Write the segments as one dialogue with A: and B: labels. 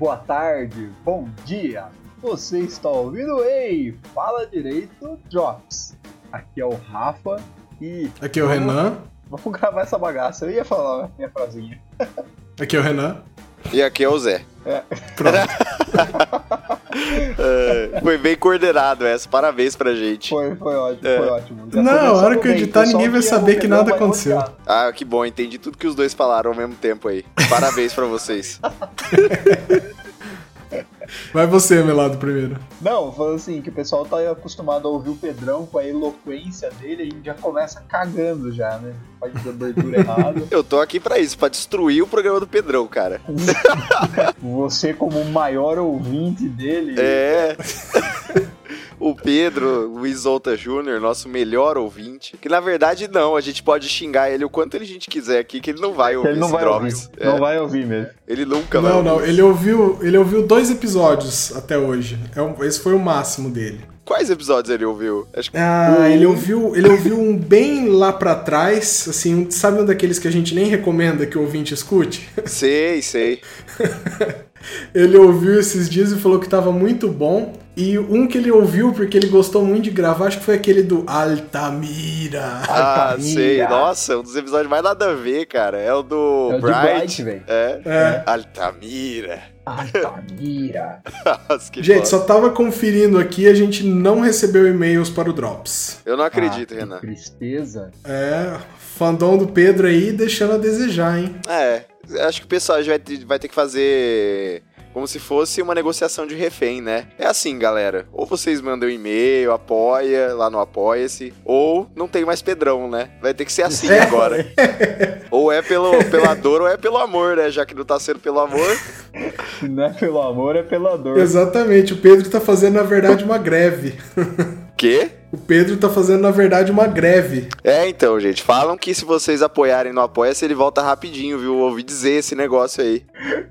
A: boa tarde, bom dia. Você está ouvindo? Ei, fala direito, Drops. Aqui é o Rafa e
B: Aqui é o Renan.
A: vamos gravar essa bagaça. Eu ia falar minha frasinha.
B: Aqui é o Renan.
C: E aqui é o Zé.
B: Pronto.
C: É, foi bem coordenado essa, parabéns pra gente.
A: Foi, foi ótimo,
C: É.
A: foi ótimo. Já
B: Não,
A: começamos
B: a hora que
A: bem.
B: eu editar,
A: Pessoal
B: ninguém vai
A: que
B: saber
A: é
B: que
A: Renan
B: nada
A: vai
B: aconteceu.
A: gostar.
C: Ah, que bom, entendi tudo que os dois falaram ao mesmo tempo aí. Parabéns pra vocês.
B: Vai você, Melado, primeiro.
A: Não, falando assim, que o pessoal tá acostumado a ouvir o Pedrão com a eloquência dele, a gente já começa cagando já, né? Pode dar abertura errada.
C: Eu tô aqui pra isso, pra destruir o programa do Pedrão, cara.
A: Você como o maior ouvinte dele,
C: É. O Pedro, o Isolta Júnior, nosso melhor ouvinte. Que na verdade não, a gente pode xingar ele o quanto a gente quiser aqui, que ele não vai ouvir
A: ele não
C: esse
A: vai ouvir.
C: Drops. É,
A: Não vai ouvir mesmo.
C: Ele nunca vai
B: Não,
C: ouvir.
B: não, ele ouviu, ele ouviu dois episódios até hoje. É um- esse foi o máximo dele.
C: Quais episódios ele ouviu? Acho que
B: Ah, ele ouviu, ele ouviu um bem lá pra trás, assim, um- sabe um daqueles que a gente nem recomenda que o ouvinte escute?
C: sei, sei.
B: Ele ouviu esses dias e falou que tava muito bom. E um que ele ouviu porque ele gostou muito de gravar, acho que foi aquele do Altamira.
C: Ah,
A: Altamira.
C: sei. Nossa, um dos episódios mais nada a ver, cara. É o do
A: É o de
C: Bright.
A: Bright, velho.
C: é.
B: É.
C: Altamira.
A: Altamira.
C: Nossa, que
B: Gente,
C: foda.
B: só tava conferindo aqui, a gente não recebeu e-mails para o Drops.
C: Eu não acredito,
A: Ah, que
C: Renan.
A: Tristeza.
B: É, fandom do Pedro aí deixando a desejar, hein?
C: É, acho que o pessoal já vai ter, vai ter que fazer como se fosse uma negociação de refém, né? É assim, galera. Ou vocês mandam um e-mail, apoia lá no Apoia-se, ou não tem mais Pedrão, né? Vai ter que ser assim
B: É.
C: agora. ou é pelo, pela dor ou é pelo amor, né? Já que não tá sendo pelo amor.
A: Se não é pelo amor, é pela dor.
B: Exatamente, o Pedro tá fazendo na verdade uma greve.
C: Quê?
B: O Pedro tá fazendo na verdade uma greve.
C: É, então, gente, falam que se vocês apoiarem no Apoia-se, ele volta rapidinho, viu? Ouvi dizer esse negócio aí.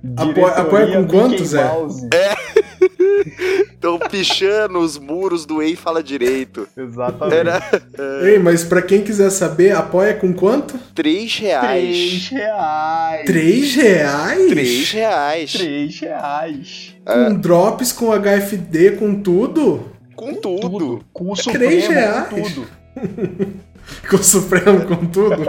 A: Diretoria
B: apoia com
A: Mickey
B: quantos, Zé?
A: Mouse.
C: Estão Então, pichando os muros do Ei Fala Direito.
A: Exatamente.
C: É. Era
B: Ei, mas pra quem quiser saber, apoia com quanto?
C: 3
A: 3
C: reais.
A: reais.
B: 3 reais?
C: 3 reais.
A: 3
C: é.
A: reais.
B: Com drops, com HFD, com tudo?
C: Com tudo.
A: Com o
B: Três
A: Supremo,
B: reais.
A: com tudo.
B: Com o Supremo, com tudo?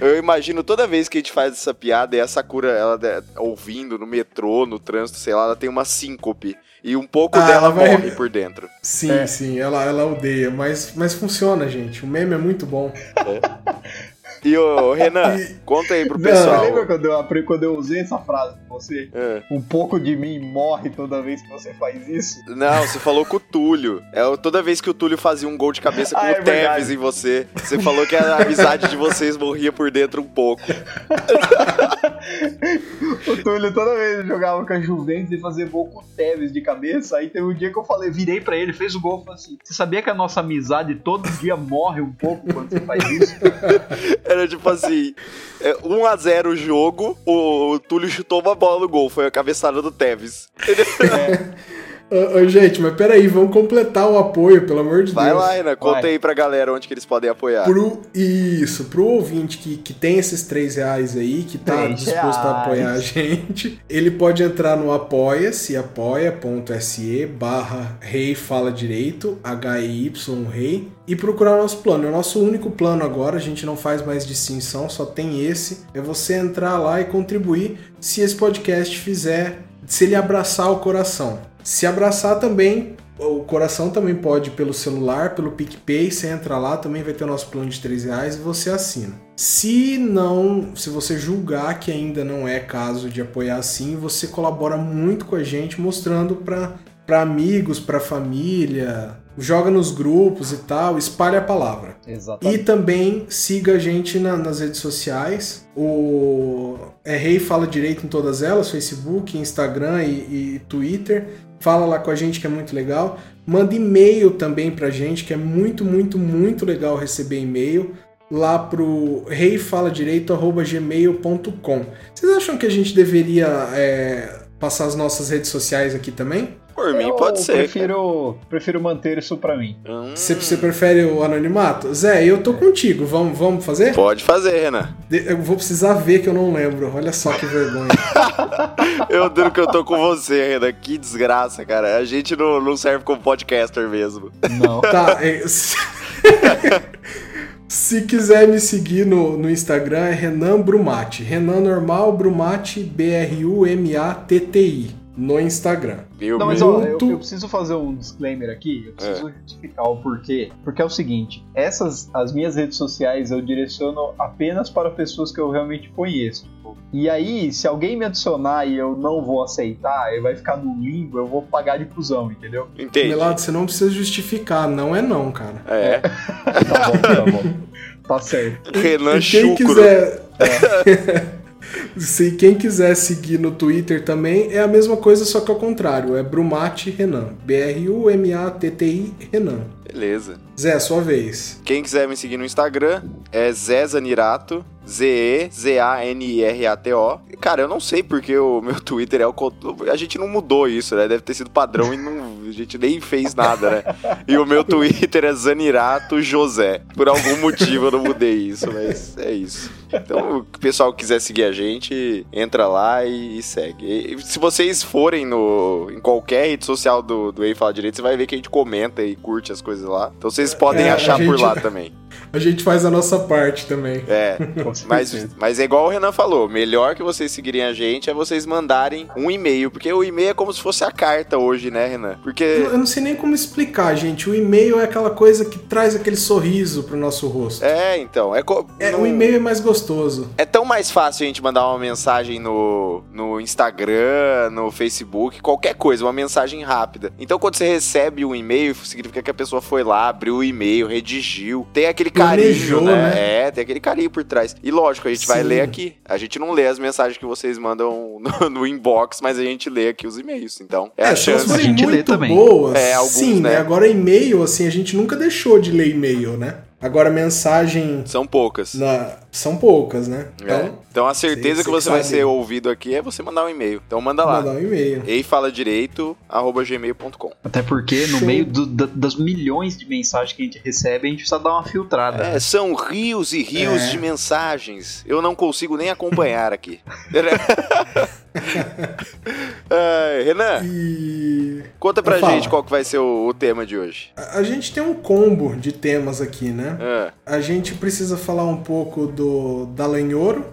C: Eu imagino toda vez que a gente faz essa piada e a Sakura, ela de- ouvindo no metrô, no trânsito, sei lá, ela tem uma síncope. E um pouco
B: Ah,
C: dela
B: ela vai-
C: morre por dentro.
B: Sim,
A: É.
B: sim, ela, ela odeia, mas, mas funciona, gente. O meme é muito bom.
C: E ô, Renan, conta aí pro
A: Não,
C: pessoal.
A: lembra quando eu, apre- quando eu usei essa frase com você?
C: É.
A: Um pouco de mim morre toda vez que você faz isso?
C: Não, você falou com o Túlio. É o- toda vez que o Túlio fazia um gol de cabeça com
A: Ah,
C: o
A: é
C: Tevez
A: verdade.
C: em você, você falou que a amizade de vocês morria por dentro um pouco.
A: O Túlio toda vez eu jogava com a Juventus e fazia gol com o Tevez de cabeça. Aí teve um dia que eu falei, virei pra ele, fez o gol e falei assim: Você sabia que a nossa amizade todo dia morre um pouco quando você faz isso?
C: Era tipo assim: 1x0 o jogo, o, o Túlio chutou uma bola no gol, foi a cabeçada do Tevez.
B: Ô, ô, gente, mas peraí, vamos completar o apoio, pelo amor de
C: Vai
B: Deus.
C: lá, Renan, conta
A: Vai.
C: aí pra galera onde que eles podem apoiar.
B: Pro, isso, pro ouvinte que, que tem esses três reais aí, que tá
A: Três
B: disposto
A: reais.
B: a apoiar a gente, ele pode entrar no apoia-se, apoia.se barra rei fala direito, HIY rei, e procurar o nosso plano. É o nosso único plano agora, a gente não faz mais distinção, só tem esse. É você entrar lá e contribuir se esse podcast fizer, se ele abraçar o coração. Se abraçar também, o coração também pode ir pelo celular, pelo PicPay, você entra lá, também vai ter o nosso plano de 3 reais e você assina. Se não, se você julgar que ainda não é caso de apoiar assim, você colabora muito com a gente, mostrando para para amigos, para família, joga nos grupos e tal, espalha a palavra. E
A: Exatamente.
B: também siga a gente na- nas redes sociais. O é Rei Fala Direito em todas elas, Facebook, Instagram e, e Twitter. Fala lá com a gente que é muito legal. Manda e-mail também pra gente, que é muito, muito, muito legal receber e-mail. Lá pro reifaladireito.gmail.com. Vocês acham que a gente deveria é, passar as nossas redes sociais aqui também?
C: Por mim, pode ser.
A: Prefiro, prefiro manter isso pra mim.
C: cara. Hum,
B: Você, você prefere o anonimato? Zé, eu tô contigo. Vamos, vamos fazer?
C: Pode fazer, Renan.
B: De- Eu vou precisar ver que eu não lembro. Olha só que vergonha.
C: Eu duro que eu tô com você, Renan. Que desgraça, cara. A gente não, não serve como podcaster mesmo.
A: Não.
B: Tá, é, se... se quiser me seguir no, no Instagram é Renan Brumati. Renan normal, Brumati, B-R-U-M-A-T-T-I. No Instagram.
C: Viu?
A: Não, mas
B: meu-
A: ó, eu,
B: Tu-
A: eu preciso fazer um disclaimer aqui, eu
C: É.
A: preciso justificar o porquê. Porque é o seguinte, essas, as minhas redes sociais eu direciono apenas para pessoas que eu realmente conheço. tipo. E aí, se alguém me adicionar e eu não vou aceitar, ele vai ficar no limbo, eu vou pagar de cuzão, entendeu?
C: Entende?
B: Melado, você não precisa justificar. Não é não, cara.
C: É.
A: Tá bom, tá bom. Tá certo.
C: Renan
B: E quem
C: é Chucro.
B: quiser. Se quem quiser seguir no Twitter também é a mesma coisa, só que ao contrário. É Brumati Renan. B-R-U-M-A-T-T-I Renan.
C: Beleza.
B: Zé, sua vez.
C: Quem quiser me seguir no Instagram é Zezanirato, Z-E-Z-A-N-I-R-A-T-O. Cara, eu não sei porque o meu Twitter é o. co- A gente não mudou isso, né? Deve ter sido padrão e não- a gente nem fez nada, né? E o meu Twitter é Zanirato José. Por algum motivo eu não mudei isso, mas é isso. Então, o pessoal que quiser seguir a gente, entra lá e, e segue. E- e se vocês forem no, em qualquer rede social do, do Ei Fala Direito, você vai ver que a gente comenta e curte as coisas lá. Então vocês podem
B: É, a
C: achar por
B: gente-
C: lá também.
B: A gente faz a nossa parte também.
C: É.
A: Com
C: Mas,
A: certeza.
C: mas é igual o Renan falou, melhor que vocês seguirem a gente é vocês mandarem um e-mail, porque o e-mail é como se fosse a carta hoje, né, Renan? Porque
B: Eu eu não sei nem como explicar, gente. O e-mail é aquela coisa que traz aquele sorriso pro nosso rosto.
C: é, então, é, co-
B: É,
C: não-
B: o e-mail é mais gostoso.
C: É tão mais fácil a gente mandar uma mensagem no, no Instagram, no Facebook, qualquer coisa, uma mensagem rápida. Então, quando você recebe um e-mail, significa que a pessoa foi lá, abriu o e-mail, redigiu. Tem aquele carinho,
B: Planejou,
C: né?
B: né?
C: É, tem aquele carinho por trás. E lógico, a gente vai
B: Sim.
C: ler aqui. A gente não lê as mensagens que vocês mandam no, no inbox, mas a gente lê aqui os e-mails. Então, é, a
B: se elas
C: chance.
A: você-
B: forem
A: A gente lê
B: muito
A: também.
B: boas.
C: É, alguns,
B: sim,
C: né?
B: Agora e-mail, assim, a gente nunca deixou de ler e-mail, né? Agora mensagem
C: São poucas.
B: na- são poucas, né?
C: É.
B: Então,
C: Então, a certeza
B: você
C: que você
B: que
C: vai
B: sabe.
C: ser ouvido aqui é você mandar um e-mail. Então manda lá.
B: mandar um e-mail.
C: Ei fala direito, arroba gmail.com.
A: Até porque, no
B: Show.
A: meio do- da- das milhões de mensagens que a gente recebe, a gente precisa dar uma filtrada.
C: É, são rios e rios
B: É.
C: de mensagens. Eu não consigo nem acompanhar aqui. Ai, É, Renan,
B: E
C: conta pra
B: Fala.
C: gente qual que vai ser o, o tema de hoje.
B: a a gente tem um combo de temas aqui, né?
C: Ah,
B: A gente precisa falar um pouco do Dalenhoro.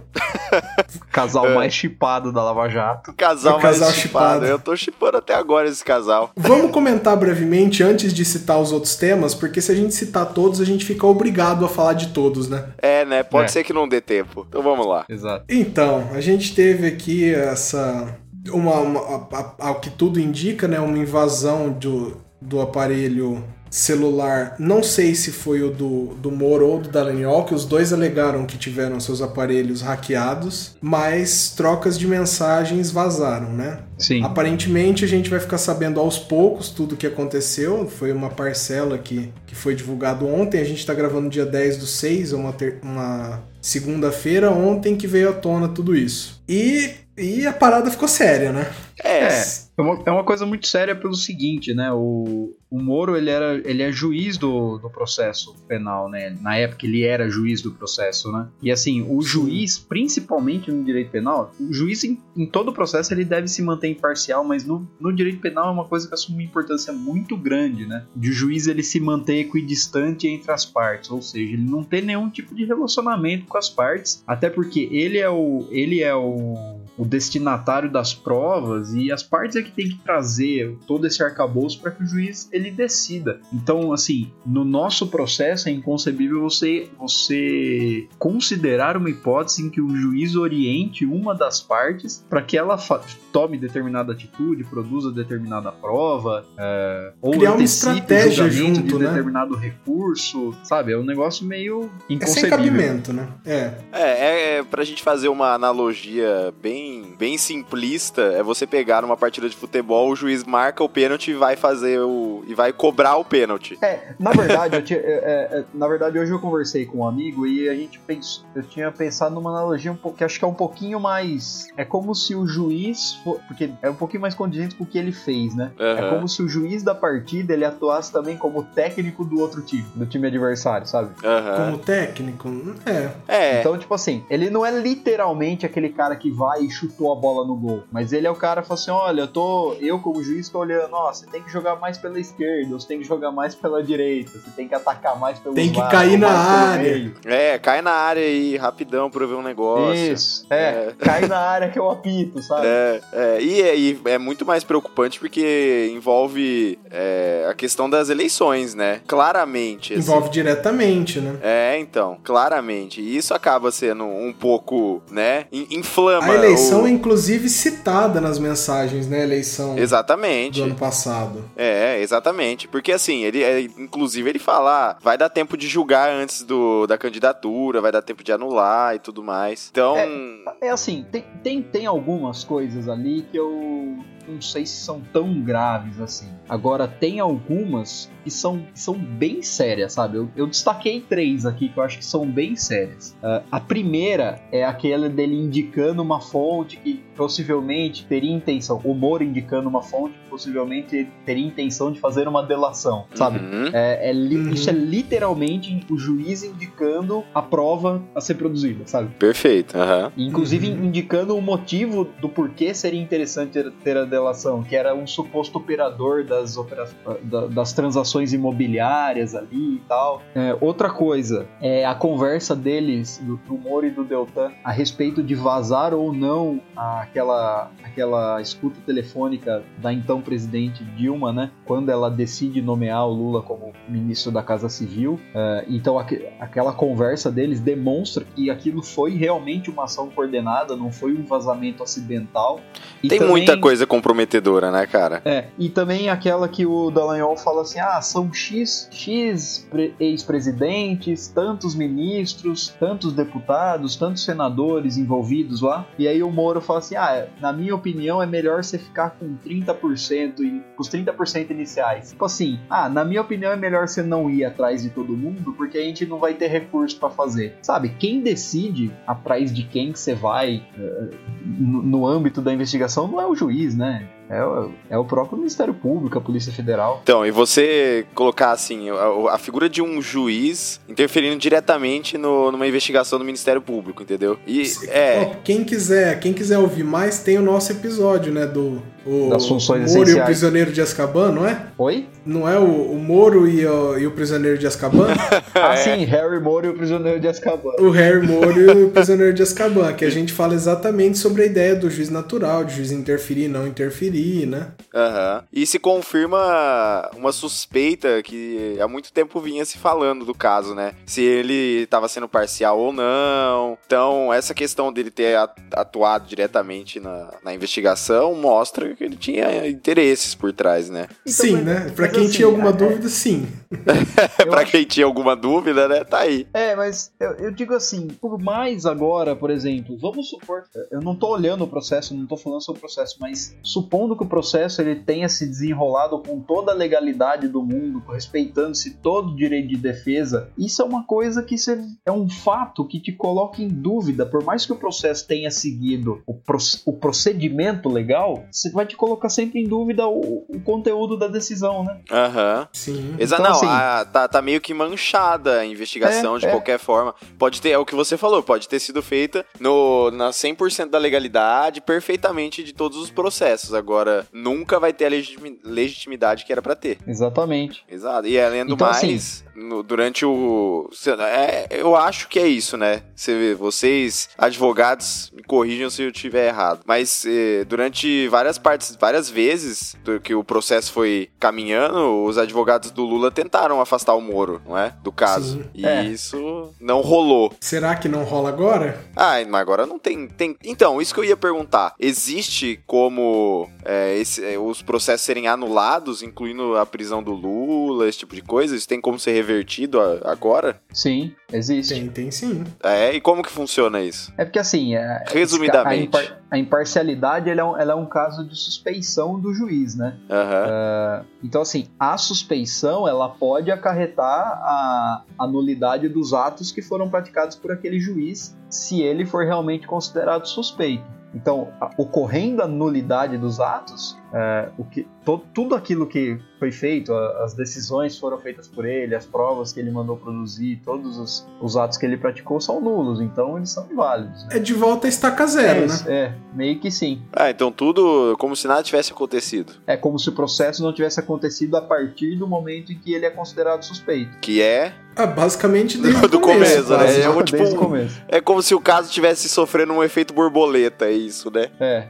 A: Casal
C: É.
A: mais chipado da Lava Jato.
C: casal,
B: O casal
C: mais chipado.
B: chipado.
C: Eu tô chipando até agora esse casal.
B: Vamos comentar brevemente antes de citar os outros temas, porque se a gente citar todos, a gente fica obrigado a falar de todos, né?
C: É, né? Pode
A: É.
C: ser que não dê tempo. Então vamos lá.
A: Exato.
B: Então, a gente teve aqui essa. Uma, uma- a- a- ao que tudo indica, né? Uma invasão do, do aparelho celular. Não sei se foi o do, do Moro ou do Dallagnol, que os dois alegaram que tiveram seus aparelhos hackeados, mas trocas de mensagens vazaram, né?
A: Sim.
B: Aparentemente a gente vai ficar sabendo aos poucos tudo o que aconteceu. Foi uma parcela que, que foi divulgado ontem. A gente está gravando dia 10 do 6, é uma, ter- uma segunda-feira, ontem que veio à tona tudo isso. E, e a parada ficou séria, né?
C: É,
A: É uma, é uma coisa muito séria pelo seguinte, né? O, o Moro, ele, era, ele é juiz do, do processo penal, né? Na época ele era juiz do processo, né? E assim, o
B: Sim.
A: juiz, principalmente no direito penal, o juiz em, em todo o processo ele deve se manter imparcial, mas no, no direito penal é uma coisa que assume uma importância muito grande, né? De o juiz ele se manter equidistante entre as partes, ou seja, ele não tem nenhum tipo de relacionamento com as partes, até porque ele é o ele é o o destinatário das provas e as partes é que tem que trazer todo esse arcabouço para que o juiz ele decida. Então, assim, no nosso processo é inconcebível você você considerar uma hipótese em que o juiz oriente uma das partes para que ela fa- tome determinada atitude, produza determinada prova, é, ou
B: Criar uma
A: antecipe o
B: estratégia
A: julgamento
B: junto,
A: de
B: né?
A: determinado recurso, sabe? É um negócio meio
B: É sem
A: inconcebível.
B: cabimento, né? É.
C: é, é pra gente fazer uma analogia bem bem, bem simplista é você pegar numa partida de futebol, o juiz marca o pênalti e vai fazer o. e vai cobrar o pênalti.
A: É, na verdade, eu tinha- é, é, é, na verdade, hoje eu conversei com um amigo e a gente pensou, eu tinha pensado numa analogia um pouco, que acho que é um pouquinho mais. É como se o juiz. fo- porque é um pouquinho mais condizente com o que ele fez, né? É
C: Aham.
A: como se o juiz da partida ele atuasse também como técnico do outro time, do time adversário, sabe?
C: Aham.
B: Como técnico, é.
C: É.
A: Então, tipo assim, ele não é literalmente aquele cara que vai e chutou a bola no gol. Mas ele é o cara que fala assim: olha, eu tô. Eu, como juiz, tô olhando, ó, você tem que jogar mais pela esquerda, você tem que jogar mais pela direita, você tem que atacar mais pelo
B: Tem que cair na área.
C: É, cai na área aí, rapidão pra eu ver um negócio.
A: Isso, é,
C: É.
A: cai na área que eu apito, sabe?
C: É, é, e, é, e é muito mais preocupante porque envolve é, a questão das eleições, né? Claramente. assim.
B: Envolve diretamente, né?
C: É, então, claramente. E isso acaba sendo um pouco, né? in- Inflama.
B: A eleição
C: o-
B: é inclusive citada nas mensagens, né? A eleição
C: Exatamente.
B: do ano passado.
C: É, exatamente. Porque assim, ele é, inclusive ele fala, ah, vai dar tempo de julgar antes do, da candidatura, vai dar tempo de anular e tudo mais. Então,
A: É assim, tem, tem, tem algumas coisas ali que eu não sei se são tão graves assim. Agora, tem algumas que são, que são bem sérias, sabe? Eu, eu destaquei três aqui que eu acho que são bem sérias. Ah, a primeira é aquela dele indicando uma fonte que possivelmente teria intenção, o Moro indicando uma fonte que possivelmente teria intenção de fazer uma delação, sabe?
C: uhum,
A: É, é li-
B: Uhum.
A: Isso é literalmente o juiz indicando a prova a ser produzida, sabe?
C: perfeito. aham.
A: Inclusive
B: Uhum.
A: indicando o motivo do porquê seria interessante ter- ter a delação, que era um suposto operador das, opera- da- das transações imobiliárias ali e tal. É, outra coisa é a conversa deles, do Tumor e do Deltan, a respeito de vazar ou não a- aquela, aquela escuta telefônica da então presidente Dilma, né? Quando ela decide nomear o Lula como ministro da Casa Civil. Então aque- aquela conversa deles demonstra que aquilo foi realmente uma ação coordenada, não foi um vazamento acidental. E
C: Tem
A: também-
C: muita coisa comprometedora, né, cara?
A: É, e também aquela que o Dallagnol fala assim: ah, são X, X pre- ex-presidentes, tantos ministros, tantos deputados, tantos senadores envolvidos lá. E aí o Moro fala assim: ah, na minha opinião é melhor você ficar com 30%, e, com os 30% iniciais. Tipo assim, ah, na minha opinião é melhor você não ir atrás de todo mundo, porque a gente não vai ter recurso pra fazer. Sabe, quem decide atrás de quem que você vai eh, no, no âmbito da investigação não é o juiz, né? É, o- é o próprio Ministério Público, a Polícia Federal.
C: Então, e você colocar assim, a, a figura de um juiz interferindo diretamente no- numa investigação do Ministério Público, entendeu? E é.
B: Ó, quem quiser, quem quiser ouvir mais, tem o nosso episódio, né? Do o
A: Das funções
B: Moro e o
A: essenciais.
B: Prisioneiro de Azkaban, não é?
A: Oi?
B: Não é o, o Moro e o, e o Prisioneiro de Azkaban?
A: Ah, sim, Harry Moro e o Prisioneiro de Azkaban.
B: o Harry Moro e o Prisioneiro de Azkaban, que a gente fala exatamente sobre a ideia do juiz natural, de juiz interferir, não interferir, né?
C: Aham. E se confirma uma suspeita que há muito tempo vinha se falando do caso, né? Se ele estava sendo parcial ou não. Então, essa questão dele ter a- atuado diretamente na, na investigação mostra que ele tinha interesses por trás, né?
A: Então,
B: sim, né? Pra
A: assim,
B: quem tinha alguma dúvida, sim.
A: É,
C: Pra quem tinha alguma dúvida, né? Tá aí.
A: É, mas eu, eu digo assim, por mais agora, por exemplo, vamos supor, eu não tô olhando o processo, não tô falando sobre o processo, mas supondo que o processo ele tenha se desenrolado com toda a legalidade do mundo, respeitando-se todo o direito de defesa, isso é uma coisa que cê- é um fato que te coloca em dúvida, por mais que o processo tenha seguido o, proce- o procedimento legal, você vai te colocar sempre em dúvida o, o conteúdo da decisão, né?
C: Aham.
B: Sim.
C: Exa
A: Então,
C: não,
A: assim-
C: a- tá, tá meio que manchada a investigação
A: É,
C: de
A: é.
C: qualquer forma. Pode ter, é o que você falou, pode ter sido feita no, na 100% da legalidade, perfeitamente de todos os processos. Agora, nunca vai ter a legitimi- legitimidade que era pra ter.
A: Exatamente.
C: Exato. E além do
A: Então,
C: mais, no- durante o. se- é, eu acho que é isso, né? Você vê, vocês, advogados, me corrijam se eu tiver errado. Mas eh, durante várias partes, várias vezes do que o processo foi caminhando, os advogados do Lula tentaram afastar o Moro, não é? Do caso.
B: Sim.
C: E
A: É.
C: isso não rolou.
B: Será que não rola agora?
C: Ah, mas agora não tem, tem. Então, isso que eu ia perguntar. Existe como é, esse- é, os processos serem anulados, incluindo a prisão do Lula, esse tipo de coisa? Isso tem como ser revertido a- agora?
A: Sim, existe.
B: Tem, tem sim.
C: É, e como que funciona isso?
A: É porque assim, é-
C: Resumidamente.
A: a, impar- a imparcialidade ela é, um, ela é um caso de suspeição do juiz, né?
B: É.
C: Aham.
A: Então assim, a suspeição ela pode acarretar a, a nulidade dos atos que foram praticados por aquele juiz, se ele for realmente considerado suspeito. Então, a- ocorrendo a nulidade dos atos, é, o que, to- tudo aquilo que foi feito, a- as decisões foram feitas por ele, as provas que ele mandou produzir, todos os, os atos que ele praticou são nulos, então eles são inválidos. né?
B: É de volta a estaca
A: é,
B: zero, né?
A: isso, é, meio que sim.
C: Ah, então tudo como se nada tivesse acontecido.
A: É como se o processo não tivesse acontecido a partir do momento em que ele é considerado suspeito.
C: Que é.
B: Ah, basicamente desde
C: Do
B: o começo.
C: começo, né?
B: quase.
C: É o
A: Desde
C: tipo
A: o
C: um-
A: começo.
C: É como se o caso tivesse sofrendo um efeito borboleta, é isso, né?
A: É.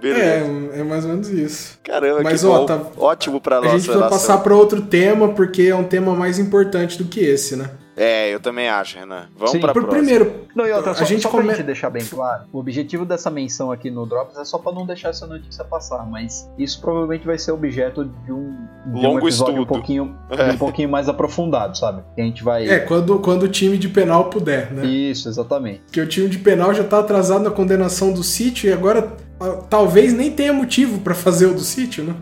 C: Beleza.
B: É, é mais ou menos isso.
C: Caramba,
B: Mas,
C: que
B: ó,
C: bom.
B: tá-
C: Ótimo pra
B: A gente
C: nossa
B: precisa
C: relação.
B: passar pra outro tema, porque é um tema mais importante do que esse, né?
C: É, eu também acho, Renan. Vamos
A: Sim.
C: pra
B: Por
C: próxima.
B: primeiro,
A: Não, e outra,
B: A
A: só,
B: gente
A: só pra
B: come-
A: gente deixar bem claro, o objetivo dessa menção aqui no Drops é só pra não deixar essa notícia passar, mas isso provavelmente vai ser objeto de um, de um
C: Longo
A: episódio um
C: estudo.
A: pouquinho,
C: É.
A: um pouquinho mais aprofundado, sabe? Que a gente vai...
B: é quando, quando o time de penal puder, né?
A: Isso, exatamente.
B: Porque o time de penal já tá atrasado na condenação do sítio e agora ah, talvez nem tenha motivo pra fazer o do sítio, né?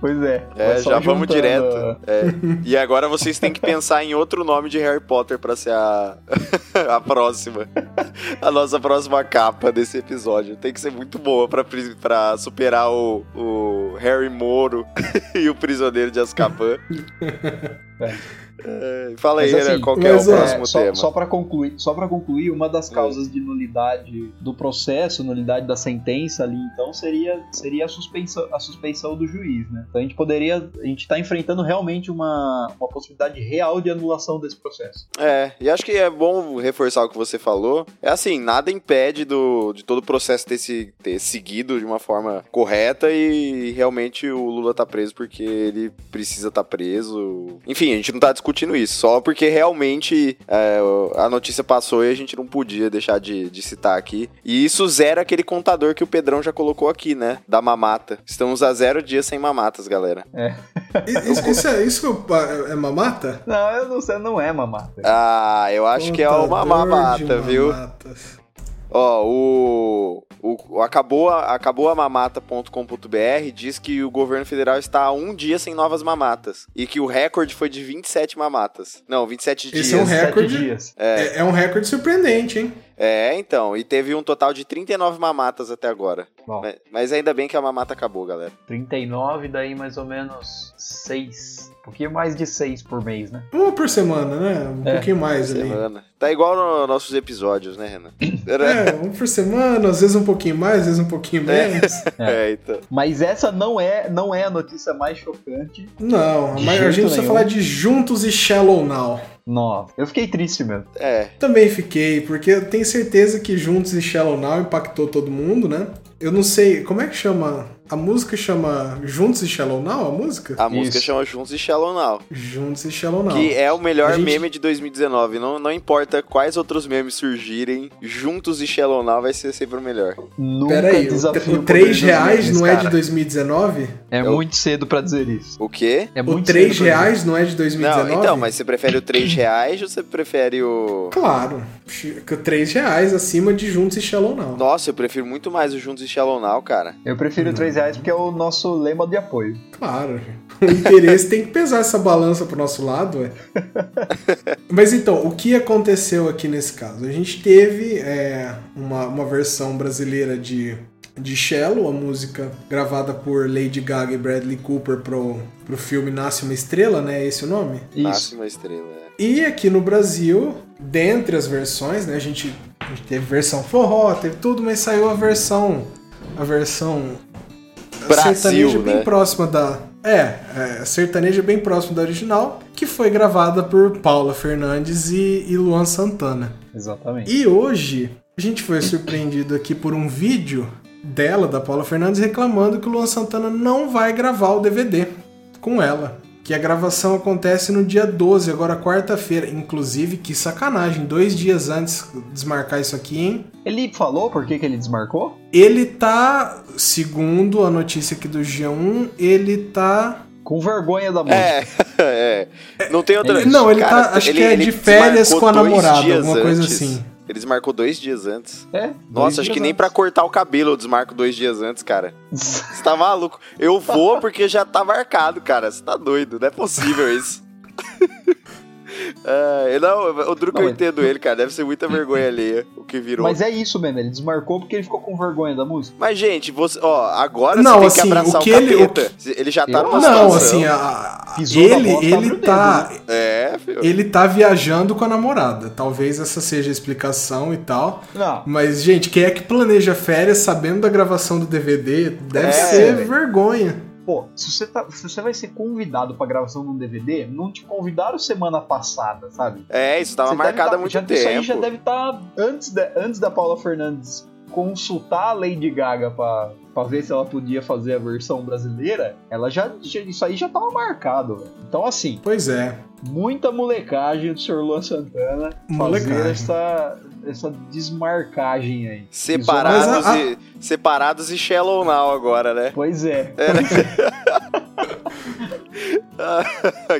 A: Pois é.
C: É,
A: Mas só
C: já vamos
A: juntando,
C: direto.
A: uh,
C: É. E agora vocês têm que pensar em outro nome de Harry Potter pra ser a, a próxima. A nossa próxima capa desse episódio. Tem que ser muito boa pra, pri- pra superar o, o Harry Moro e o Prisioneiro de Azkaban. É, fala aí,
A: Mas
C: Renan,
A: assim,
C: qual que é o
B: mas, ó,
C: próximo
A: só,
C: tema?
A: Só para concluir, só para concluir, uma das causas de nulidade do processo, nulidade da sentença ali, então seria seria a suspensão, a suspeição do juiz, né? Então a gente poderia, a gente tá enfrentando realmente uma, uma possibilidade real de anulação desse processo.
C: É, e acho que é bom reforçar o que você falou. É assim, nada impede do, de todo o processo ter, se, ter seguido de uma forma correta e realmente o Lula tá preso porque ele precisa estar preso. Enfim, a gente não tá discutindo isso, só porque realmente é, o- a notícia passou e a gente não podia deixar de, de citar aqui. E isso zera aquele contador que o Pedrão já colocou aqui, né? Da mamata. Estamos a zero dias sem mamatas, galera.
B: I- Isso, isso é, isso é mamata?
A: Não, eu não sei, não é mamata.
C: Ah, eu acho que é
B: Contador
C: uma
B: de
C: mamata, viu?
B: mamatas.
C: Ó, o, o acabou, a- acabou a mamata.com.br diz que o governo federal está há um dia sem novas mamatas e que o recorde foi de 27 mamatas. Não, 27
B: Esse é um
C: dias.
A: Sete
B: recorde.
A: dias.
B: É, é um recorde surpreendente, hein?
C: É, então, e teve um total de 39 mamatas até agora.
A: Bom.
C: Mas, mas ainda bem que a mamata acabou, galera.
A: 39 daí mais ou menos 6, um pouquinho mais de 6 por mês, né?
B: Uma por semana, né? Um
A: É,
B: pouquinho mais ali.
C: Semana. Tá igual no- nossos episódios, né, Renan? Era-
B: É, um por semana, às vezes um pouquinho mais, às vezes um pouquinho menos.
C: é, então.
A: Mas essa não é, não é a notícia mais chocante.
B: Não, a
A: De
B: maior- a
A: jeito
B: gente precisa
A: nenhum.
B: falar de Juntos e Shallow Now.
A: Nossa, eu fiquei triste mesmo.
C: É.
B: Também fiquei, porque eu tenho certeza que Juntos e Shallow Now impactou todo mundo, né? Eu não sei, como é que chama? A música chama Juntos e Shallow Now, a música?
C: A música
A: Isso.
C: chama Juntos e Shallow Now.
B: Juntos e Shallow Now.
C: Que é o
B: A
C: melhor
B: gente-
C: meme de 2019. Não, não importa quais outros memes surgirem, juntos e Shallow Now vai ser sempre o melhor.
A: Nunca
B: Pera aí, o,
A: um desafio
B: o 3
A: poder dos
B: reais
A: memes,
B: não é
A: cara.
B: de 2019?
A: É
C: Eu-
A: muito cedo pra dizer isso.
C: O quê?
A: É
B: O
A: muito
B: 3
A: cedo pra dizer.
B: reais não é de 2019?
C: Não, então, mas você prefere o 3 reais ou você prefere o.
B: Claro, que o 3 reais acima de Juntos e Shallow Now.
C: Nossa, eu prefiro muito mais o Juntos e Shallow Now, cara.
A: Eu prefiro 3 reais porque é o nosso lema de apoio.
B: Claro, o interesse tem que pesar essa balança pro nosso lado, ué. Mas então, o que aconteceu aqui nesse caso? A gente teve é, uma, uma versão brasileira de, de Shallow, a música gravada por Lady Gaga e Bradley Cooper pro, pro filme Nasce Uma Estrela, né? É esse o nome?
C: Nasce
A: Isso.
C: uma estrela. é.
B: E aqui no Brasil, dentre as versões, né, a gente, a gente teve versão forró, teve tudo, mas saiu a versão a versão
C: Brasil,
B: sertaneja
C: né?
B: bem próxima da é, é, a sertaneja bem próxima da original, que foi gravada por Paula Fernandes e, e Luan Santana.
A: Exatamente.
B: E hoje a gente foi surpreendido aqui por um vídeo dela, da Paula Fernandes, reclamando que o Luan Santana não vai gravar o DVD com ela. que a gravação acontece no dia 12, agora quarta-feira. Inclusive, que sacanagem, dois dias antes de desmarcar isso aqui, hein?
A: Ele falou por que, que ele desmarcou?
B: Ele tá, segundo a notícia aqui do G1, ele tá
A: Com vergonha da música.
C: É, é. Não tem outra.
B: Ele- não, ele tá- acho que é de férias
C: desmarcou
B: com a
C: dois
B: namorada,
C: dias
B: alguma coisa
C: antes.
B: assim.
C: Ele desmarcou dois dias antes.
A: É, dois
C: Nossa, acho
A: dias
C: que nem
A: antes.
C: pra cortar o cabelo eu desmarco dois dias antes, cara. Você tá maluco? Eu vou porque já tá marcado, cara. Você tá doido, não é possível isso. É, não, o Druco
A: Não,
C: eu
A: mas-
C: entendo ele, cara. Deve ser muita vergonha alheia o que virou.
A: Mas
C: Mas,
A: é isso mesmo, ele desmarcou porque ele ficou com vergonha da música.
C: gente, você, ó, agora
B: Não,
C: você tem
B: assim,
C: que abraçar
B: o
C: o,
B: que ele- o
C: capeta. Ele já tá
A: Eu- é-
B: Não,
C: numa situação.
B: assim, a- a-
A: Pisou na
B: ele,
A: bosta, abre
B: ele,
A: o dedo,
B: tá,
C: É, filho.
B: ele tá viajando com a namorada. Talvez essa seja a explicação e tal.
A: Não.
B: Mas, gente, quem é que planeja férias sabendo da gravação do DVD? Deve
C: É,
B: ser
A: velho.
B: vergonha.
A: Pô, se você, tá- se você vai ser convidado pra gravação de um DVD, não te convidaram semana passada, sabe?
C: É, isso tava
A: Você deve
C: marcado
A: tá-
C: há muito
A: já,
C: tempo.
A: Isso aí já deve estar antes, da- antes da Paula Fernandes consultar a Lady Gaga pra, pra ver se ela podia fazer a versão brasileira. Ela já, já- isso aí já tava marcado, velho. Então assim,
B: Pois é.
A: muita molecagem do Sr. Luan Santana fazer
B: Molecagem.
A: essa, essa desmarcagem aí.
C: Separados,
B: Mas a-
C: e, separados e Shallow Now agora, né?
A: Pois é.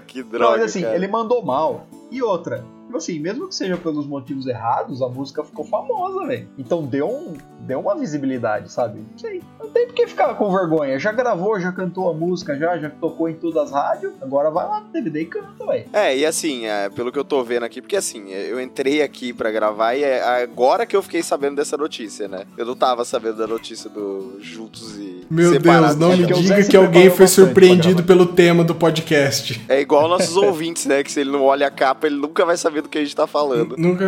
C: que droga,
A: Não, mas assim,
C: cara.
A: ele mandou mal. E outra, tipo assim, mesmo que seja pelos motivos errados, a música ficou famosa, velho. Então deu, um, deu uma visibilidade, sabe? Não sei. Não tem por que ficar com vergonha. Já gravou, já cantou a música, já, já tocou em todas as rádios. Agora vai lá no DVD e canta, velho.
C: É, e assim, é, pelo que eu tô vendo aqui, porque assim, é, eu entrei aqui pra gravar e é agora que eu fiquei sabendo dessa notícia, né? Eu não tava sabendo da notícia do Juntos e
B: Meu
C: Separados. né?
B: Deus, não
A: É
B: me
A: que o Zé
B: diga
A: se
B: que alguém
A: preparou
B: foi
A: bastante pra
B: surpreendido
A: gravar.
B: pelo tema do podcast.
C: É igual nossos ouvintes, né? Que se ele não olha a capa, ele nunca vai saber do que a gente tá falando.
B: Nunca.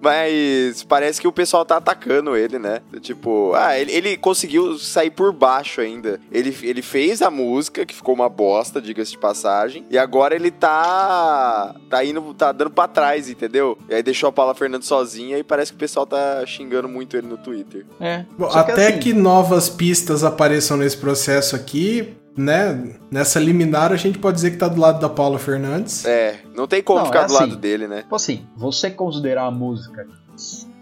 C: Mas parece que o pessoal tá atacando ele, né? Tipo, ah, ele, ele conseguiu sair por baixo ainda. Ele, ele fez a música, que ficou uma bosta, diga-se de passagem. E agora ele tá. tá indo, tá dando pra trás, entendeu? E aí deixou a Paula Fernandes sozinha e parece que o pessoal tá xingando muito ele no Twitter.
A: É.
B: Bom, até que novas pistas apareçam nesse processo aqui, né? Nessa liminar a gente pode dizer que tá do lado da Paula Fernandes.
C: É, não tem como
A: Não,
C: ficar
A: é
C: do
A: assim.
C: lado dele, né?
A: Tipo assim, você considerar a música,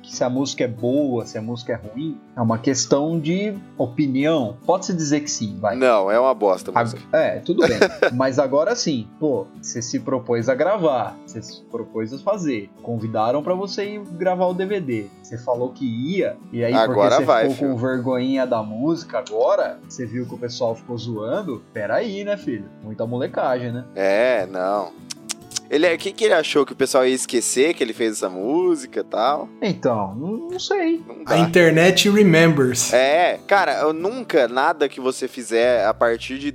A: que se a música é boa, se a música é ruim, é uma questão de opinião. Pode-se dizer que sim, vai.
C: Não, é uma bosta, a
A: Ag-
C: música.
A: É, tudo bem. Mas agora sim, pô, você se propôs a gravar, você se propôs a fazer. Convidaram pra você ir gravar o DVD. Você falou que ia, e aí
C: Agora
A: porque você
C: vai,
A: ficou
C: filho.
A: com vergonhinha da música agora, você viu que o pessoal ficou zoando. Peraí, né, filho? Muita molecagem, né?
C: É, não. Ele, é, o que, que ele achou que o pessoal ia esquecer que ele fez essa música e tal?
A: Então, não, não sei.
C: Não dá.
B: A internet remembers.
C: É, cara, eu nunca nada que você fizer a partir de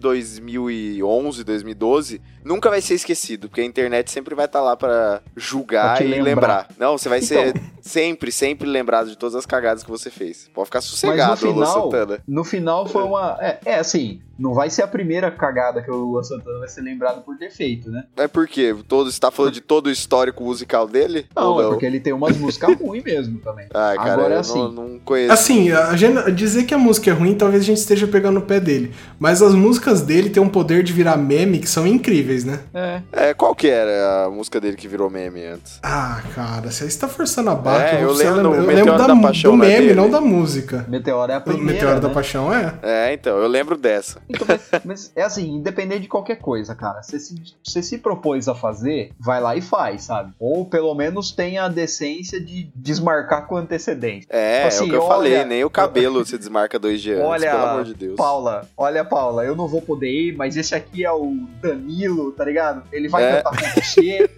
C: 2011, 2012, nunca vai ser esquecido, porque a internet sempre vai estar lá pra julgar
A: Pra
C: e
A: te
C: lembrar.
A: lembrar. Então.
C: Não, você vai ser sempre, sempre lembrado de todas as cagadas que você fez. Pode ficar sossegado,
A: Mas no
C: Luan
A: final-
C: Santana.
A: No final foi uma. É, é, assim, não vai ser a primeira cagada que o Luan Santana vai ser lembrado por ter feito, né?
C: É porque todo você tá falando de todo o histórico musical dele?
A: Não,
C: Ou
A: é porque ele tem umas músicas ruins mesmo também.
C: Ai, cara,
A: Agora é
C: eu
A: assim.
C: não, não conheço.
B: Assim, a gente- dizer que a música é ruim, talvez a gente esteja pegando o pé dele. Mas as músicas dele têm um poder de virar meme que são incríveis, né?
A: É.
C: É, qual que era a música dele que virou meme antes?
B: Ah, cara, você está forçando a barra.
C: É,
B: vou
C: eu
B: precisar
C: lembro do
B: lembrar-
C: Meteoro da
B: mu-
C: Paixão,
B: do
C: né,
B: meme,
C: dele.
B: não da música.
A: Meteoro é a
B: O
A: primeira.
B: Meteoro da
A: né?
B: Paixão é.
C: É, então, eu lembro dessa.
A: Então, mas, mas é assim, independente de qualquer coisa, cara. Você se, você se propôs a fazer, vai lá e faz, sabe? Ou pelo menos tenha a decência de desmarcar com antecedência.
C: É, é
A: Assim,
C: o que eu
A: olha-
C: falei, nem o cabelo se desmarca dois dias antes,
A: Olha,
C: pelo amor de Deus.
A: Paula, olha, Paula, eu não vou poder ir, mas esse aqui é o Danilo, tá ligado? Ele vai
C: É.
A: cantar com você.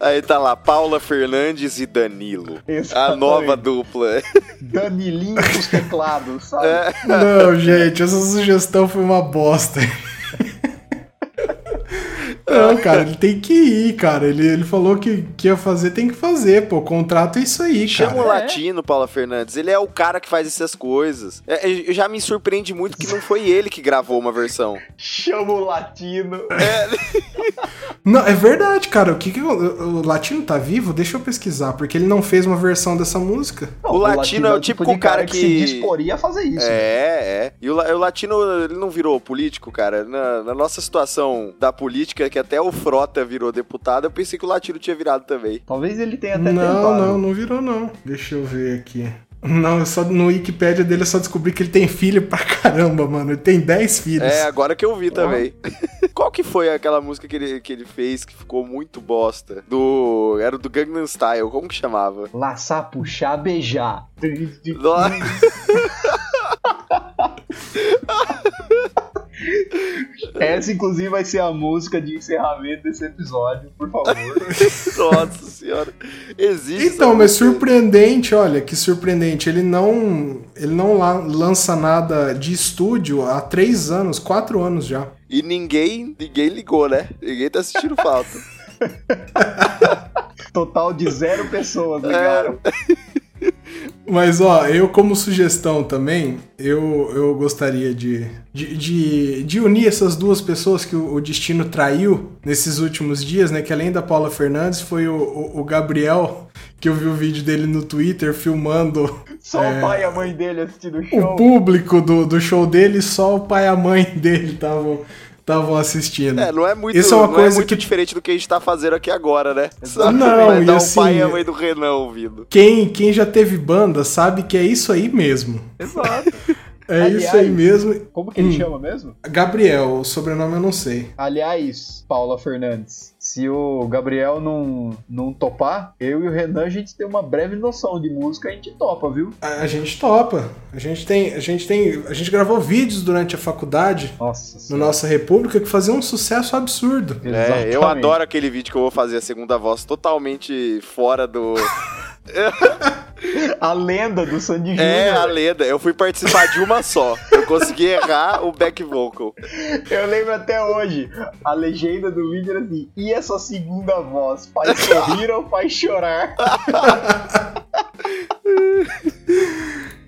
C: Aí tá lá, Paula Fernandes e Danilo. A
A: Exatamente. É?
C: nova dupla.
A: Danilinho dos teclados, sabe?
C: É.
B: Não, gente, essa sugestão foi uma bosta. Não, cara, ele tem que ir, cara. Ele, ele falou que, que ia fazer, tem que fazer, pô. Contrato é isso aí,
C: Chama
A: é.
B: cara.
C: o um latino, Paula Fernandes. Ele é o cara que faz essas coisas. É, é, já me surpreende muito que não foi ele que gravou uma versão.
A: Chama o latino.
B: Não, é verdade, cara. O que que o, o Latino tá vivo? Deixa eu pesquisar, porque ele não fez uma versão dessa música.
A: Não,
C: O latino é o típico
A: tipo de
C: cara
A: se
C: que-
A: disporia a fazer isso.
C: É, é. E o, la- o latino, ele não virou político, cara. Na, na nossa situação da política, que até o Frota virou deputado, eu pensei que o latino tinha virado também.
A: Talvez ele tenha até
B: Não,
A: tentado.
B: não, não virou não. Deixa eu ver aqui. Não, eu só no Wikipedia dele eu só descobri que ele tem filho pra caramba, mano. Ele tem 10 filhos.
C: É, agora que eu vi também. Qual que foi aquela música que ele, que ele fez que ficou muito bosta? Do. Era do Gangnam Style, como que chamava?
A: Laçar, puxar, beijar.
C: Do-
A: Essa, inclusive, vai ser a música de encerramento desse episódio, por favor.
C: Nossa senhora. Existe. essa
B: Então, mas
C: música.
B: surpreendente, olha, que surpreendente. Ele não, ele não la- lança nada de estúdio há três anos, quatro anos já.
C: E ninguém, ninguém ligou, né? Ninguém tá assistindo falta.
A: Total de zero pessoas
B: É.
A: ligaram.
B: Mas ó, eu como sugestão também, eu, eu gostaria de, de, de, de unir essas duas pessoas que o, o destino traiu nesses últimos dias, né? Que além da Paula Fernandes foi o, o, o Gabriel, que eu vi o vídeo dele no Twitter filmando
A: Só o pai e a mãe dele assistindo o
B: É. o
A: show.
B: público do, do show dele, só o pai e a mãe dele estavam estavam assistindo.
C: É, não é muito,
B: Isso é uma
C: não
B: coisa
C: muito
B: que-
C: diferente do que a gente tá fazendo aqui agora, né?
B: Não,
C: Vai
B: e
C: dar o
B: assim-
C: pai e a mãe do Renan ouvindo.
B: Quem, quem já teve banda sabe que é isso aí mesmo.
A: Exato.
B: É
A: Aliás-
B: isso aí mesmo.
A: Como que ele
B: Hum.
A: chama mesmo?
B: Gabriel, o sobrenome eu não sei.
A: Aliás, Paula Fernandes, se o Gabriel não, não topar, eu e o Renan, a gente tem uma breve noção de música, a gente topa, viu?
B: A, a gente topa. A gente tem, a gente tem, a gente gravou vídeos durante a faculdade
A: Nossa
B: no
A: Senhora.
B: nossa república que fazia um sucesso absurdo.
A: Exatamente.
C: É, eu adoro aquele vídeo que eu vou fazer a segunda voz totalmente fora do.
A: A lenda do Sandy Júnior.
C: É a lenda. Eu fui participar de uma só. Eu consegui errar o back vocal.
A: Eu lembro até hoje. A legenda do vídeo era assim: e essa segunda voz? Faz sorrir ou faz chorar?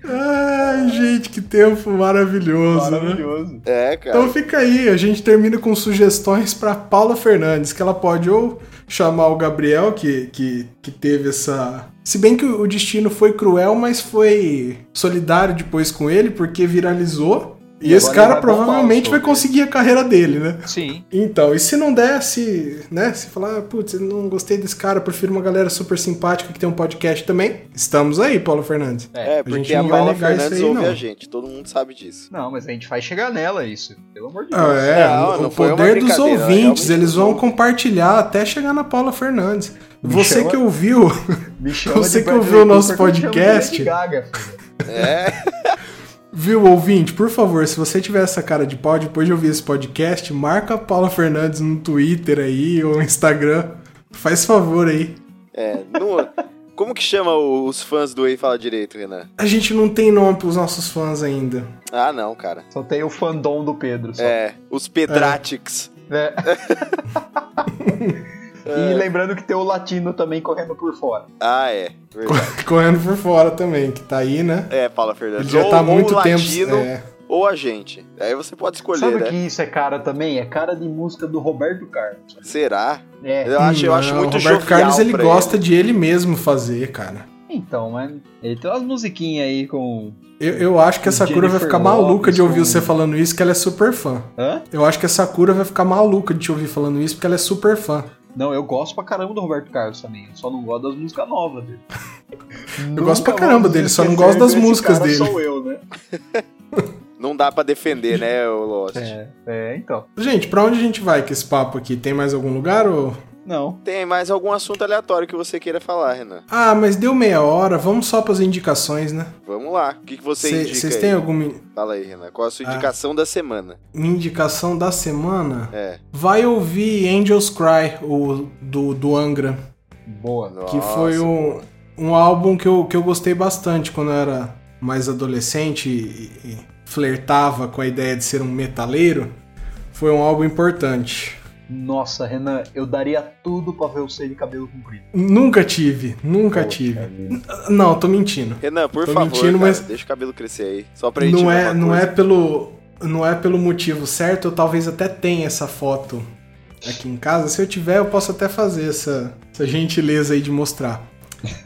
B: Ai, gente, que tempo maravilhoso, né?
A: Maravilhoso.
C: É, cara.
B: Então fica aí, a gente termina com sugestões para Paula Fernandes, que ela pode ou chamar o Gabriel, que, que, que teve essa. Se bem que o destino foi cruel, mas foi solidário depois com ele, porque viralizou. E,
A: E
B: esse
A: agora ele vai
B: cara
A: bombar o
B: provavelmente
A: show
B: vai
A: dele.
B: conseguir a carreira dele, né?
A: Sim.
B: Então, e se não der, se, né, se falar, putz, eu não gostei desse cara, eu prefiro uma galera super simpática que tem um podcast também, estamos aí, Paulo Fernandes.
C: É, porque
B: gente
C: a,
B: não vai
C: Paula
B: negar isso
C: Fernandes
B: aí,
C: ouve
B: não.
C: a gente. Todo mundo sabe disso.
A: Não, mas a gente faz chegar nela isso. Pelo amor de
B: Ah,
A: Deus.
B: é,
C: Não,
B: o
C: não foi uma
B: poder dos
C: brincadeira, é
B: ouvintes,
C: realmente
B: eles vão
C: não.
B: compartilhar até chegar na Paula Fernandes.
A: Me
B: Você
A: chama-
B: que ouviu,
A: Me chama
B: Você
A: de
B: que
A: Bradley
B: ouviu o nosso
A: Cooper, que eu chamo de
B: podcast?
A: Lady Gaga, filho.
C: É,
B: viu ouvinte, por favor, se você tiver essa cara de pau depois de ouvir esse podcast, marca a Paula Fernandes no Twitter aí ou no Instagram. Faz favor aí.
C: é. não- Como que chama o- os fãs do Ei Fala Direito, Renan?
B: A gente não tem nome pros nossos fãs ainda.
C: Ah, não, cara.
A: Só tem o fandom do Pedro. só.
C: É, os Pedratics.
A: É. e lembrando que tem o latino também correndo por fora.
C: Ah, é. Verdade.
B: Correndo por fora também, que tá aí, né?
C: É, Paula Fernandes.
B: Ele já
C: ou,
B: tá há
C: ou
B: muito
C: o
B: tempo.
C: um Latino,
B: é.
C: ou a gente. Aí você pode escolher,
A: Sabe o
C: né?
A: que isso é cara também? É cara de música do Roberto Carlos.
C: Será?
A: É.
C: Eu acho, eu acho
B: Hum, Não,
C: muito
B: o Roberto
C: jovial
B: Carlos ele
C: pra
B: gosta de ele mesmo fazer, cara.
A: Então, mas ele tem umas musiquinhas aí com.
B: Eu, eu acho que essa Sakura vai
A: Jennifer
B: ficar maluca
A: Lopez
B: de ouvir
A: com-
B: você falando isso, que ela é super fã.
A: Hã?
B: Eu acho que a Sakura vai ficar maluca de te ouvir falando isso, porque ela é super fã.
A: Não, eu gosto pra caramba do Roberto Carlos também. Eu só não gosto das músicas novas dele. Nunca
B: gosto pra
A: vou
B: caramba dele, só não
A: esquecer
B: gosto das
A: desse
B: músicas
A: cara
B: dele.
A: Sou eu, né?
C: Não dá pra defender, né, o Lost?
A: É, é, então.
B: Gente, pra onde a gente vai com esse papo aqui? Tem mais algum lugar ou...
A: Não.
C: Tem mais algum assunto aleatório que você queira falar, Renan?
B: Ah, mas deu meia hora, vamos só pras indicações, né?
C: Vamos lá. O que, que você
B: Cê-
C: indica
B: Vocês
C: aí?
B: têm alguma in-
C: Fala aí, Renan. Qual a sua
B: Ah.
C: indicação da semana?
B: indicação da semana?
C: É.
B: Vai ouvir Angels Cry, o do, do Angra,
A: Boa.
C: Nossa.
B: que foi um, um álbum que eu, que eu gostei bastante quando eu era mais adolescente e, e flertava com a ideia de ser um metaleiro. Foi um álbum importante.
A: Nossa, Renan, eu daria tudo pra ver você de cabelo comprido.
B: Nunca tive, nunca tive. Não, tô mentindo.
C: Renan, por
B: Tô
C: favor,
B: mentindo,
C: cara,
B: mas-
C: deixa o cabelo crescer aí. Só pra gente
B: Não
C: ver
B: é,
C: uma
B: não
C: coisa.
B: é pelo não é pelo motivo certo, eu talvez até tenha essa foto aqui em casa. Se eu tiver, eu posso até fazer essa, essa gentileza aí de mostrar.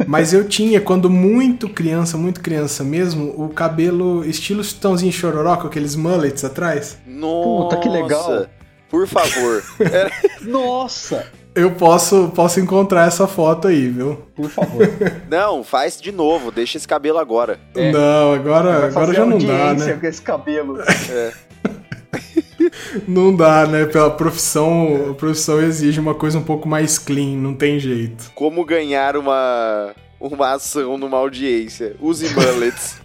B: Mas eu tinha, quando muito criança, muito criança mesmo, o cabelo estilo Chitãozinho Chororó, com aqueles mullets atrás.
C: Nossa,
A: Puta, que legal.
C: Por favor. Era-
A: Nossa!
B: Eu posso, posso encontrar essa foto aí, viu?
A: Por favor.
C: Não, faz de novo, deixa esse cabelo agora.
A: É.
B: Não, Ah, agora,
A: Vai
B: agora
A: fazer
B: já não dá,
A: audiência
B: né?
A: com esse cabelo.
B: Não dá, né? Pela profissão, a profissão exige uma coisa um pouco mais clean, não tem jeito.
C: Como ganhar uma, uma ação numa audiência? Use mullets.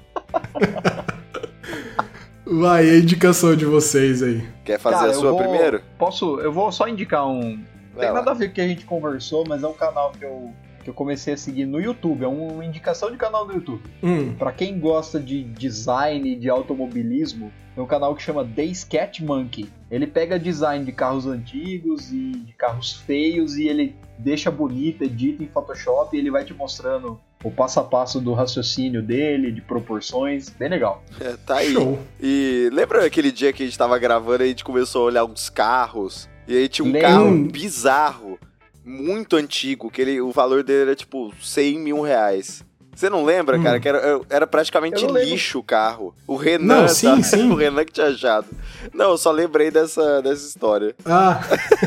B: Vai, a indicação de vocês aí.
C: Quer fazer
A: Cara,
C: a
A: eu
C: sua
A: vou-
C: primeiro?
A: Posso, eu vou só indicar um. Não
C: Vai
A: tem
C: lá.
A: nada a ver com o que a gente conversou, mas é um canal que eu, que eu comecei a seguir no YouTube. É uma indicação de canal do YouTube.
B: Hum,
A: Pra quem gosta de design de automobilismo, tem um canal que chama The Sketch Monkey. Ele pega design de carros antigos e de carros feios e ele deixa bonito, edita em Photoshop e ele vai te mostrando o passo a passo do raciocínio dele, de proporções, bem legal.
C: É, tá aí.
B: show.
C: E lembra aquele dia que a gente tava gravando e a gente começou a olhar uns carros? E aí tinha um
A: Lembro.
C: carro bizarro, muito antigo, que ele, o valor dele era tipo 100 mil reais. Você não lembra,
B: Hum.
C: cara? Que era, era praticamente
A: Eu não lembro.
C: lixo o carro. O Renan.
B: Não, sim,
C: tá-
B: sim.
C: O Renan que tinha achado. Não, eu só lembrei dessa, dessa história.
B: Ah,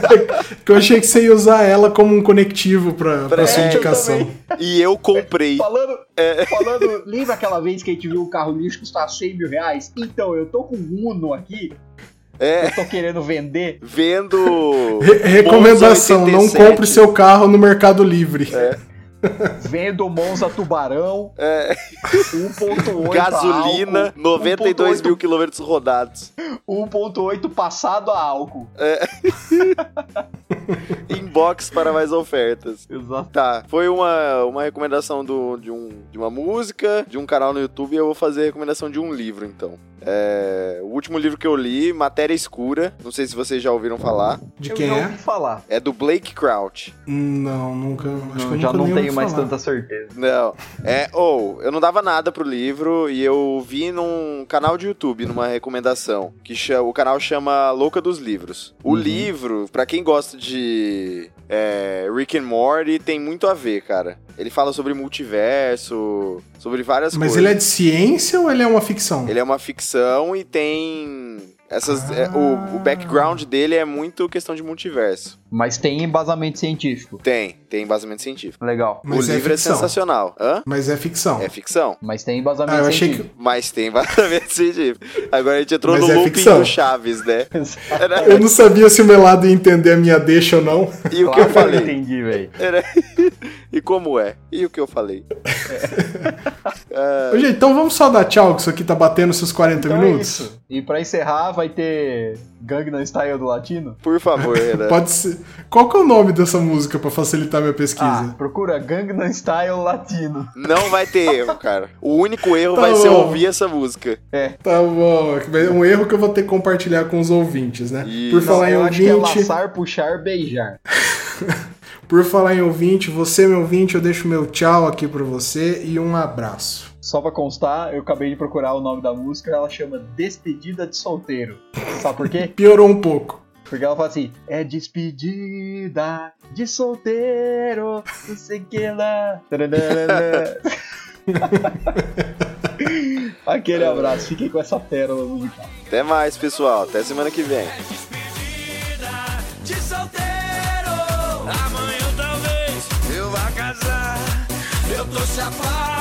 B: que eu achei que você ia usar ela como um conectivo pra, pra
C: É,
B: sua
C: eu
B: indicação.
A: também.
C: E é, eu comprei.
A: Falando, falando, lembra aquela vez que a gente viu um carro lixo custar 100 mil reais? Então, eu tô com um Uno aqui,
C: É,
A: eu tô querendo vender.
C: vendo.
B: Re- recomendação:
C: Monza
B: não
C: 87.
B: compre seu carro no Mercado Livre.
A: É. Vendo Monza Tubarão,
C: É.
A: 1.8
C: Gasolina,
A: álcool,
C: 92 mil
A: 1.8
C: quilômetros rodados.
A: 1.8 passado a álcool.
C: Inbox para mais ofertas.
A: Exato.
C: Tá, foi uma, uma recomendação do, de, um, de uma música, de um canal no YouTube, e eu vou fazer a recomendação de um livro, então. É, o último livro que eu li, Matéria Escura, não sei se vocês já ouviram falar,
B: De
A: eu
B: quem
A: já
B: é?
A: ouvi falar.
C: é do Blake Crouch.
B: Não, nunca. Acho que eu
A: já
B: nunca
A: não
B: nem ouvi
A: tenho mais
B: falar.
A: tanta certeza.
C: Não, é, ou, eu não dava nada pro livro, e eu vi num canal de YouTube, numa recomendação, que cha- o canal chama Louca dos Livros. O
A: Uhum.
C: livro, pra quem gosta de é, Rick and Morty, tem muito a ver, cara. Ele fala sobre multiverso, sobre várias
B: Mas
C: coisas.
B: ele é de ciência ou ele é uma ficção?
C: Ele é uma ficção e tem. Essas,
B: Ah.
C: é, o, o background dele é muito questão de multiverso.
A: Mas tem embasamento científico.
C: Tem, tem embasamento científico.
A: Legal.
B: Mas
C: o
B: é
C: livro
B: ficção.
C: é sensacional. Hã?
B: Mas é ficção.
C: É ficção.
A: Mas tem
B: ah,
A: embasamento
B: eu achei
A: científico.
B: que.
C: Mas tem embasamento científico. Agora a gente entrou
B: Mas
C: no
B: é
C: looping
B: ficção.
C: do Chaves, né? Era-
B: Eu não sabia se o Melado ia entender a minha deixa ou não.
C: e o que
A: Claro
C: eu falei?
A: entendi, velho.
C: Era- e como é? E o que eu falei?
B: Ô, Gente, então vamos só dar tchau, que isso aqui tá batendo seus
A: É.
B: 40
A: Então é
B: minutos.
A: isso. E pra encerrar, vai ter Gangnam Style do Latino?
C: Por favor, Renan.
B: Pode ser. Qual que é o nome dessa música pra facilitar minha
A: Ah,
B: pesquisa?
A: procura Gangnam Style Latino.
C: Não vai ter erro, cara. O único erro
B: Tá
C: vai ser
B: bom.
C: ouvir essa música.
B: Tá bom, é um erro que eu vou ter que compartilhar com os ouvintes, né?
C: Isso.
B: Por falar em
A: eu acho que é
B: ouvinte,
A: laçar, puxar, beijar.
B: por falar em ouvinte, você meu ouvinte, eu deixo meu tchau aqui pra você e um abraço.
A: Só pra constar, eu acabei de procurar o nome da música, ela chama Despedida de Solteiro. Sabe por quê?
B: Piorou um pouco.
A: Porque ela fala assim, é despedida de solteiro, não sei que lá. Tararara. Aquele abraço, fiquem com essa pérola musical.
C: Até mais, pessoal. Até semana que vem.
D: despedida de solteiro. Amanhã talvez eu vá casar. Eu tô chapado.